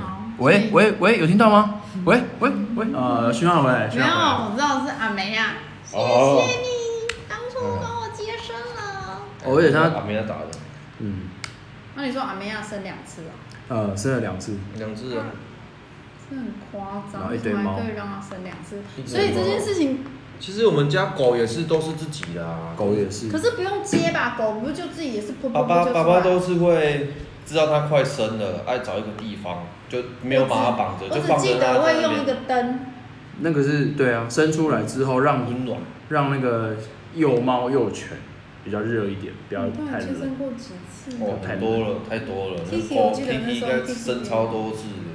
[SPEAKER 3] 好，
[SPEAKER 1] 喂喂喂，有听到吗？喂喂喂，呃，讯号回来，
[SPEAKER 3] 没
[SPEAKER 1] 讯
[SPEAKER 3] 有，
[SPEAKER 1] 号回来。
[SPEAKER 3] 我知道是阿梅啊。谢
[SPEAKER 2] 哦
[SPEAKER 3] 谢你当初帮我接生了。
[SPEAKER 1] 哦而且它
[SPEAKER 2] 把没打的，
[SPEAKER 1] 嗯，
[SPEAKER 3] 那你说阿梅亚生两次哦，
[SPEAKER 1] 呃，生了两次，
[SPEAKER 2] 两只人，
[SPEAKER 3] 是很夸
[SPEAKER 1] 然
[SPEAKER 3] 张，
[SPEAKER 1] 后
[SPEAKER 3] 为
[SPEAKER 1] 一
[SPEAKER 3] 什
[SPEAKER 1] 堆
[SPEAKER 3] 么
[SPEAKER 1] 猫
[SPEAKER 3] 还可以让它生两次？
[SPEAKER 2] 一堆猫
[SPEAKER 3] 所以这件事情，
[SPEAKER 2] 其实我们家狗也是都是自己的啊，
[SPEAKER 1] 狗也是
[SPEAKER 3] 可。是不用接吧？狗不就自己也是噗噗
[SPEAKER 2] 爸
[SPEAKER 3] 噗
[SPEAKER 2] 爸
[SPEAKER 3] 就出来
[SPEAKER 2] 爸爸都是会知道它快生了，爱找一个地方，就没有把它绑着，
[SPEAKER 3] 我
[SPEAKER 2] 就
[SPEAKER 3] 只
[SPEAKER 2] 放
[SPEAKER 3] 记
[SPEAKER 2] 着
[SPEAKER 3] 得
[SPEAKER 2] 它在
[SPEAKER 3] 会
[SPEAKER 2] 那
[SPEAKER 3] 用一
[SPEAKER 2] 边
[SPEAKER 3] 个灯，
[SPEAKER 1] 那个是对啊，生出来之后让
[SPEAKER 2] 温暖。
[SPEAKER 1] 让那个幼猫幼犬比较热一点，不要
[SPEAKER 3] 嗯
[SPEAKER 4] 你到
[SPEAKER 3] 啊
[SPEAKER 1] 太
[SPEAKER 4] 底
[SPEAKER 1] 冷
[SPEAKER 4] 健。身过几次？
[SPEAKER 2] 哦，很多了，太多了。
[SPEAKER 4] Tiki，
[SPEAKER 2] 哦
[SPEAKER 4] 我记得那时
[SPEAKER 2] Tiki 应
[SPEAKER 4] 候
[SPEAKER 2] 该
[SPEAKER 4] Tiki
[SPEAKER 2] 升超多次的。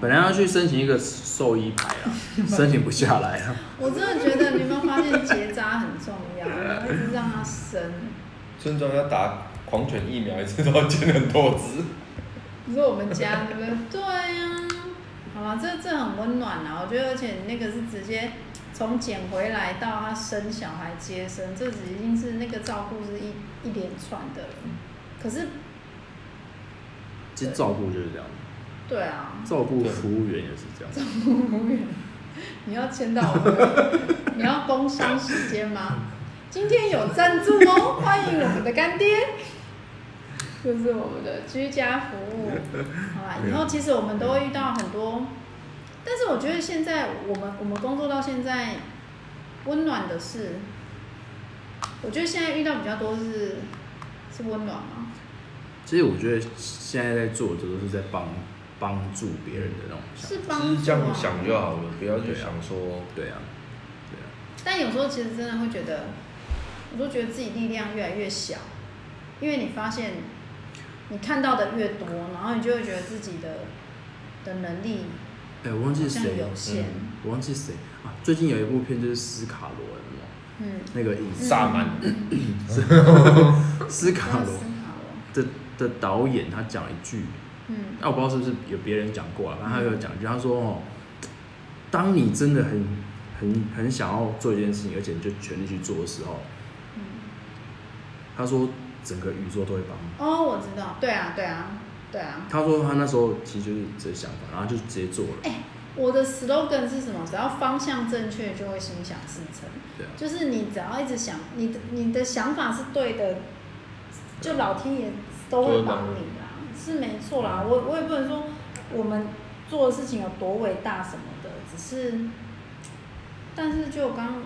[SPEAKER 1] 本来要去申请一个兽医牌啊， 申请不下来啊。
[SPEAKER 3] 我真的觉得你有没有发现结扎很重要，然后一直让它生。
[SPEAKER 2] 村庄要打狂犬疫苗，一次都要见很多只。
[SPEAKER 3] 你说我们家对不对？对呀、好吧，这这很温暖啊！我觉得，而且那个是直接从捡回来到他生小孩接生，这只已经是那个照顾是一一连串的了。可是，
[SPEAKER 1] 其实照顾就是这样，
[SPEAKER 3] 对啊，
[SPEAKER 1] 照顾服务员也是这样。
[SPEAKER 3] 你要签到我们，你要工商时间吗？今天有赞助哦， 欢迎我们的干爹，就是我们的居家服务。好啦，以后其实我们都会遇到很多，但是我觉得现在我们我们工作到现在，温暖的是，我觉得现在遇到比较多是是温暖吗？
[SPEAKER 1] 其实我觉得现在在做的都是在帮帮助别人的那种想法。
[SPEAKER 3] 是
[SPEAKER 2] 只
[SPEAKER 3] 帮
[SPEAKER 2] 是
[SPEAKER 3] 助
[SPEAKER 2] 这样
[SPEAKER 3] 啊。
[SPEAKER 2] 想就好了，不要去想说
[SPEAKER 1] 对啊，对啊。
[SPEAKER 3] 但有时候其实真的会觉得，我都觉得自己力量越来越小，因为你发现你看到的越多，然后你就会觉得自己的的能力
[SPEAKER 1] 哎、我忘
[SPEAKER 3] 好
[SPEAKER 1] 记
[SPEAKER 3] 像
[SPEAKER 1] 谁，
[SPEAKER 3] 有限。
[SPEAKER 1] 我忘记谁啊。最近有一部片就是斯卡罗，有没有
[SPEAKER 3] 嗯，
[SPEAKER 1] 那个影
[SPEAKER 2] 萨满。
[SPEAKER 1] 斯
[SPEAKER 3] 不
[SPEAKER 1] 卡
[SPEAKER 3] 要
[SPEAKER 1] 罗
[SPEAKER 3] 思考了。
[SPEAKER 1] 的的导演他讲了一句，啊
[SPEAKER 3] 嗯，
[SPEAKER 1] 那、我不知道是不是有别人讲过啊，反正他有讲一句，他说哦，当你真的很很很想要做一件事情，而且你就全力去做的时候，
[SPEAKER 3] 嗯
[SPEAKER 1] 他说整个宇宙都会帮你。
[SPEAKER 3] 哦，我知道，对啊，对啊，对啊。
[SPEAKER 1] 他说他那时候其实就是这想法，然后就直接做了。
[SPEAKER 3] 我的 slogan 是什么？只要方向正确，就会心想事成。
[SPEAKER 1] 对啊
[SPEAKER 3] 就是你只要一直想，你的你的想法是对的，就老天爷都会帮你
[SPEAKER 1] 啊
[SPEAKER 3] 啦，是没错啦。我我也不能说我们做的事情有多伟大什么的，只是，但是就刚，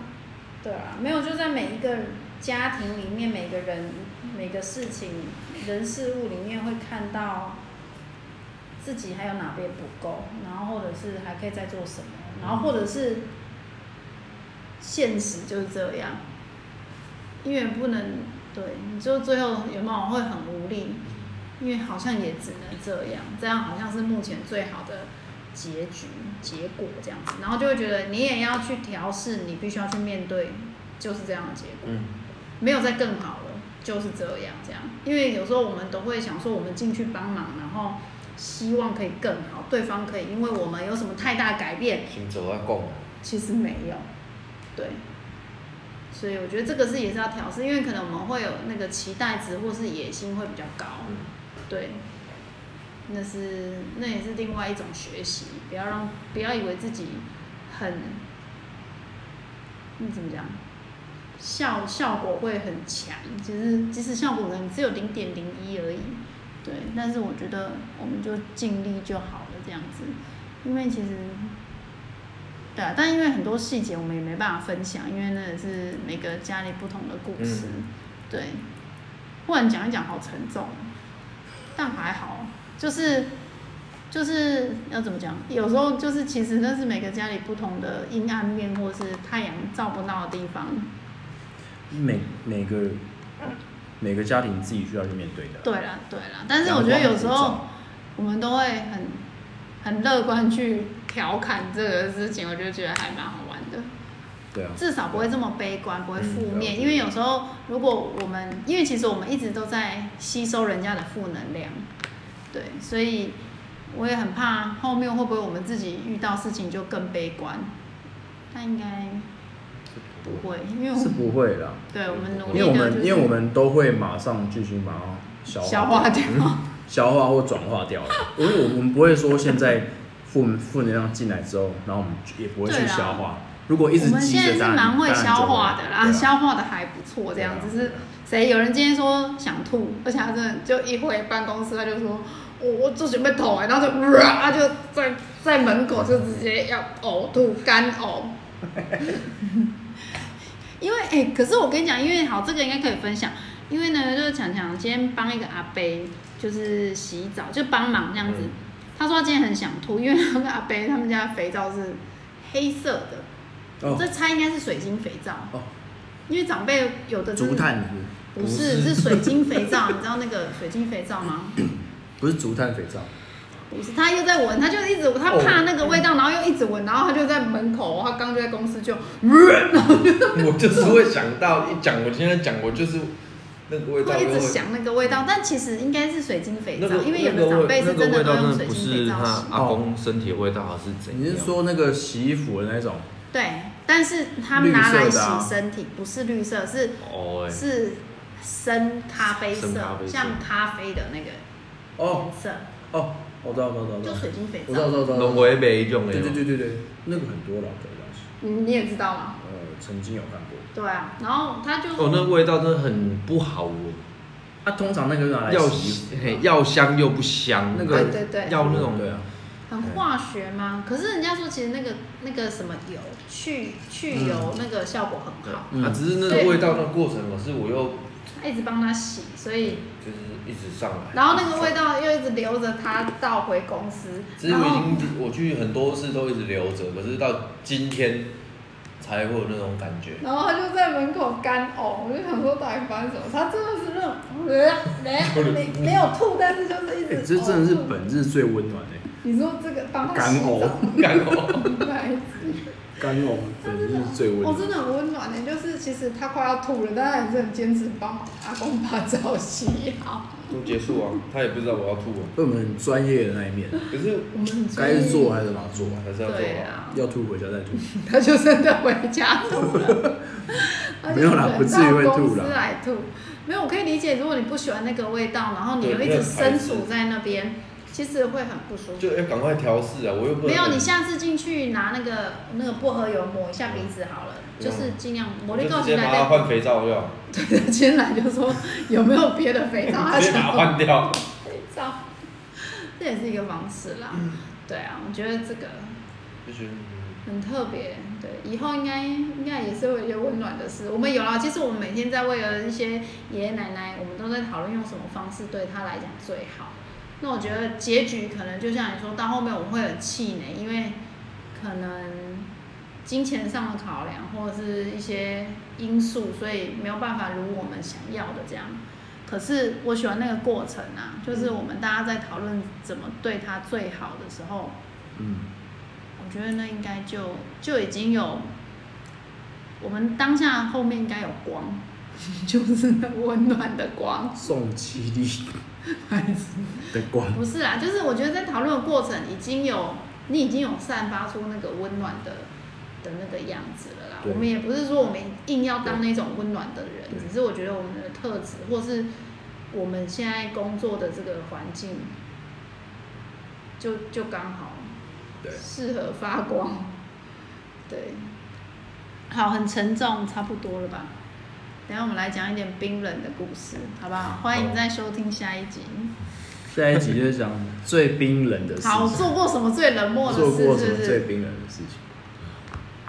[SPEAKER 3] 对啊，没有就在每一个家庭里面，每个人每个事情人事物里面会看到。自己还有哪边不够，然后或者是还可以再做什么，然后或者是现实就是这样，因为不能对，你就最后有没有会很无力，因为好像也只能这样，这样好像是目前最好的结局结果这样子，然后就会觉得你也要去调试，你必须要去面对，就是这样的结果。
[SPEAKER 2] 嗯，
[SPEAKER 3] 没有再更好了，就是这样这样。因为有时候我们都会想说，我们进去帮忙，然后希望可以更好，对方可以因为我们有什么太大改变，
[SPEAKER 2] 行走啊要共。
[SPEAKER 3] 其实没有，对。所以我觉得这个是也是要调试，因为可能我们会有那个期待值或是野心会比较高，
[SPEAKER 2] 嗯
[SPEAKER 3] 对。那是那也是另外一种学习，不要让不要以为自己很，你怎么讲，效效果会很强，其实其实效果可能只有零点零一而已，对。但是我觉得我们就尽力就好了，这样子，因为其实对啊，但因为很多细节我们也没办法分享，因为那也是每个家里不同的故事。对，忽然讲一讲好沉重，但还好，就是就是要怎么讲？有时候就是其实那是每个家里不同的阴暗面，或是太阳照不到的地方。
[SPEAKER 1] 每每个每个家庭自己需要去面对的。
[SPEAKER 3] 对啦，对啦，但是我觉得有时候我们都会很很乐观去调侃这个事情，我就觉得还蛮好玩的。
[SPEAKER 1] 对啊，
[SPEAKER 3] 至少不会这么悲观，不会负面，
[SPEAKER 1] 嗯
[SPEAKER 3] 因为有时候如果我们，因为其实我们一直都在吸收人家的负能量，对，所以我也很怕后面会不会我们自己遇到事情就更悲观，但应该不会，因为我
[SPEAKER 1] 是不会啦，
[SPEAKER 3] 对我们努
[SPEAKER 1] 因
[SPEAKER 3] 力
[SPEAKER 1] 为我
[SPEAKER 3] 的、啊就是，
[SPEAKER 1] 们因为我们都会马上继续把它消化
[SPEAKER 3] 消化掉，
[SPEAKER 1] 消化或转化掉了。因为我我们不会说现在负负能量进来之后，然后我们也不会去
[SPEAKER 3] 对啦
[SPEAKER 1] 消化。如果一直
[SPEAKER 3] 我们
[SPEAKER 1] 积
[SPEAKER 3] 现在
[SPEAKER 1] 着，
[SPEAKER 3] 是
[SPEAKER 1] 当然
[SPEAKER 3] 蛮会
[SPEAKER 1] 当然就
[SPEAKER 3] 消化的啦，
[SPEAKER 1] 对啊
[SPEAKER 3] 消化的还不错，这样
[SPEAKER 1] 对啊
[SPEAKER 3] 只是谁有人今天说想吐，而且他真的就一回办公室他就说，我我就准备吐欸，然后就哇、他就在在门口就直接要呕吐 干呕。因为哎、欸可是我跟你讲，因为好，这个应该可以分享。因为呢，就是强强今天帮一个阿伯，就是洗澡，就帮忙这样子。
[SPEAKER 2] 嗯
[SPEAKER 3] 他说他今天很想吐，因为那个阿伯他们家的肥皂是黑色的，
[SPEAKER 1] 哦
[SPEAKER 3] 我在猜应该是水晶肥皂。
[SPEAKER 1] 哦，
[SPEAKER 3] 因为长辈有的真
[SPEAKER 1] 竹
[SPEAKER 3] 的
[SPEAKER 1] 炭是不是
[SPEAKER 3] 不是是水晶肥皂，你知道那个水晶肥皂吗？
[SPEAKER 1] 不是竹炭肥皂，
[SPEAKER 3] 不是，他又在闻，他就一直他怕那个味道，然后又一直闻，然后他就在门口，他刚就在公司就，然后
[SPEAKER 2] 我就是会想到一讲，我现在讲我就是那个味道
[SPEAKER 3] 会一
[SPEAKER 2] 又
[SPEAKER 3] 直
[SPEAKER 2] 会。
[SPEAKER 3] 想那个味道，但其实应该是水晶肥
[SPEAKER 2] 那
[SPEAKER 3] 皂，
[SPEAKER 2] 个
[SPEAKER 3] 因为有
[SPEAKER 2] 那个
[SPEAKER 3] 的长
[SPEAKER 2] 味
[SPEAKER 3] 辈是真
[SPEAKER 2] 那个
[SPEAKER 3] 的
[SPEAKER 2] 味
[SPEAKER 3] 都
[SPEAKER 2] 道
[SPEAKER 3] 用
[SPEAKER 2] 真的
[SPEAKER 3] 水
[SPEAKER 2] 不
[SPEAKER 3] 晶肥
[SPEAKER 2] 是
[SPEAKER 3] 皂
[SPEAKER 2] 他
[SPEAKER 3] 洗。
[SPEAKER 2] 阿公身体的味道，还是怎样？
[SPEAKER 1] 你是说那个洗衣服的那种？
[SPEAKER 3] 对，但是他们拿来
[SPEAKER 1] 绿色
[SPEAKER 3] 洗
[SPEAKER 1] 的啊
[SPEAKER 3] 身体，不是绿色，是
[SPEAKER 2] 哦、欸，
[SPEAKER 3] 是深咖啡色
[SPEAKER 2] 深咖啡，色
[SPEAKER 3] 像咖啡的那个
[SPEAKER 1] 哦
[SPEAKER 3] 颜色，
[SPEAKER 1] 哦，我知道，我知道，我知
[SPEAKER 3] 就
[SPEAKER 1] 道，
[SPEAKER 3] 水晶肥
[SPEAKER 1] 我知道，我
[SPEAKER 3] 皂。
[SPEAKER 1] 知道，我知道，
[SPEAKER 2] 龙尾北一种哦
[SPEAKER 1] 对
[SPEAKER 2] 诶，
[SPEAKER 1] 对对对对，那个很多了，对吧？
[SPEAKER 3] 你你也知道吗？
[SPEAKER 1] 呃，曾经有看过。
[SPEAKER 3] 对啊，然后他就
[SPEAKER 2] 哦，那味道真的很不好闻，
[SPEAKER 1] 啊，通常那个拿来
[SPEAKER 2] 要
[SPEAKER 1] 洗
[SPEAKER 2] 嘿要香又不香，
[SPEAKER 1] 那个
[SPEAKER 3] 对对对，
[SPEAKER 2] 要那种
[SPEAKER 1] 对啊，
[SPEAKER 3] 很化学吗？可是人家说，其实那个那个什么油去去油那个效果很好，
[SPEAKER 1] 嗯
[SPEAKER 2] 啊，只是那个味道那个过程，可是我又
[SPEAKER 3] 他一直帮他洗，所以
[SPEAKER 2] 就是一直上来，
[SPEAKER 3] 然后那个味，道又一直留着他到回公司，
[SPEAKER 2] 其实
[SPEAKER 3] 然
[SPEAKER 2] 我
[SPEAKER 3] 后
[SPEAKER 2] 已经我去很多次都一直留着，可是到今天才会有那种感觉。
[SPEAKER 3] 然后他就在门口干呕，我就想说到底发生什么？他真的是那种呃没没没有吐，但是就是一
[SPEAKER 1] 哎，
[SPEAKER 3] 直
[SPEAKER 1] 这真的是
[SPEAKER 3] 呕吐
[SPEAKER 1] 本日最温暖的
[SPEAKER 3] 你说这个帮他
[SPEAKER 1] 干
[SPEAKER 3] 洗澡
[SPEAKER 1] 呕，
[SPEAKER 2] 干哦呕，
[SPEAKER 3] 白痴
[SPEAKER 1] 干呕，本日最温
[SPEAKER 3] 我
[SPEAKER 1] 暖。
[SPEAKER 3] 哦真的很温暖的，就是其实他快要吐了，但他还是很坚持帮阿公把澡洗好。
[SPEAKER 2] 都结束啊，他也不知道我要吐了，
[SPEAKER 1] 被我们很专业的那一面，
[SPEAKER 3] 哦
[SPEAKER 2] 可是
[SPEAKER 3] 我们很
[SPEAKER 1] 该做啊还是把它做
[SPEAKER 2] 我
[SPEAKER 1] 完，
[SPEAKER 2] 还是要做
[SPEAKER 3] 对
[SPEAKER 2] 啊。
[SPEAKER 3] 啊，
[SPEAKER 1] 要吐回家再吐。，
[SPEAKER 3] 他就真的回家吐了
[SPEAKER 1] 没有啦不至于会吐啦
[SPEAKER 3] 啦。来吐，没有，我可以理解，如果你不喜欢那个味道，然后你又
[SPEAKER 2] 对
[SPEAKER 3] 一
[SPEAKER 2] 那
[SPEAKER 3] 直
[SPEAKER 2] 个
[SPEAKER 3] 身
[SPEAKER 2] 牌子
[SPEAKER 3] 处在那边，其实会很不舒服。
[SPEAKER 2] 就要赶快调试啊！我又不能
[SPEAKER 3] 没有，你下次进去拿那个那个薄荷油抹一下鼻子好了，
[SPEAKER 1] 嗯
[SPEAKER 3] 就是尽量抹
[SPEAKER 2] 我
[SPEAKER 3] 那
[SPEAKER 2] 就
[SPEAKER 3] 个
[SPEAKER 2] 直
[SPEAKER 3] 进
[SPEAKER 2] 接
[SPEAKER 3] 来
[SPEAKER 2] 把它
[SPEAKER 3] 再
[SPEAKER 2] 换肥皂料，
[SPEAKER 3] 对，进来就说有没有别的肥皂，他
[SPEAKER 2] 直接把它
[SPEAKER 3] 想
[SPEAKER 2] 换 掉。
[SPEAKER 3] 肥皂，这也是一个方式啦。对啊，我觉得这个
[SPEAKER 2] 就觉得嗯
[SPEAKER 3] 很特别，对，以后应该应该也是会有温暖的事。我们有啦，其实我们每天在为了一些爷爷奶奶，我们都在讨论用什么方式对他来讲最好。那我觉得结局可能就像你说，到后面我会很气馁，因为可能金钱上的考量或者是一些因素，所以没有办法如我们想要的这样。可是我喜欢那个过程啊，就是我们大家在讨论怎么对他最好的时候，
[SPEAKER 1] 嗯，
[SPEAKER 3] 我觉得那应该就就已经有，我们当下后面应该有光， 就是那温暖的光。
[SPEAKER 1] 送基 地的光，
[SPEAKER 3] 不是啦，就是我觉得在讨论的过程已经有你已经有散发出那个温暖的的那个样子了啦。
[SPEAKER 1] 对
[SPEAKER 3] 我们也不是说我们硬要当那种温暖的人，
[SPEAKER 1] 对
[SPEAKER 3] 只是我觉得我们的特质或是我们现在工作的这个环境，就就刚好
[SPEAKER 1] 对
[SPEAKER 3] 适合发光。对，好，很沉重，差不多了吧？等一下我们来讲一点冰冷的故事，好不好？欢迎再收听下一集。
[SPEAKER 1] 下一集就讲最冰冷的事
[SPEAKER 3] 好，
[SPEAKER 1] 情，
[SPEAKER 3] 做过什么最冷漠的
[SPEAKER 1] 做过什
[SPEAKER 3] 事？是
[SPEAKER 1] 么
[SPEAKER 3] 不
[SPEAKER 1] 最
[SPEAKER 3] 是
[SPEAKER 1] 冰冷的事情？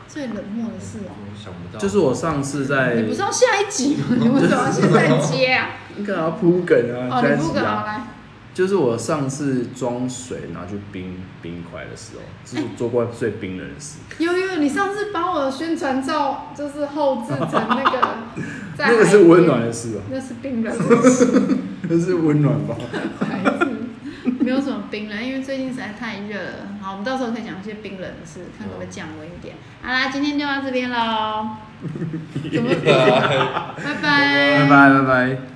[SPEAKER 3] 最冷漠的事哦？
[SPEAKER 2] 我 想不到，
[SPEAKER 1] 就是我上次在
[SPEAKER 3] 你不是要下一集
[SPEAKER 1] 哦
[SPEAKER 3] 吗？你为什么要现在接啊？
[SPEAKER 1] 你干嘛铺梗啊？
[SPEAKER 3] 哦，
[SPEAKER 1] 下
[SPEAKER 3] 你
[SPEAKER 1] 一
[SPEAKER 3] 不
[SPEAKER 1] 集
[SPEAKER 3] 可
[SPEAKER 1] 啊
[SPEAKER 3] 能来，
[SPEAKER 1] 就是我上次装水拿去冰冰块的时候，是我做过最冰冷的事。，
[SPEAKER 3] 悠悠，你上次把我的宣传照就是后置成那个 在
[SPEAKER 1] 那个是温暖，的事吧？
[SPEAKER 3] 那是冰冷的事，
[SPEAKER 1] 那是温暖吧？
[SPEAKER 3] 还是 没有什么冰冷，因为最近实在太热了。好，我们到时候可以讲一些冰冷的事，看可不可以降温一点。好啦，今天就到这边喽，怎么？拜拜，
[SPEAKER 1] 拜拜拜拜。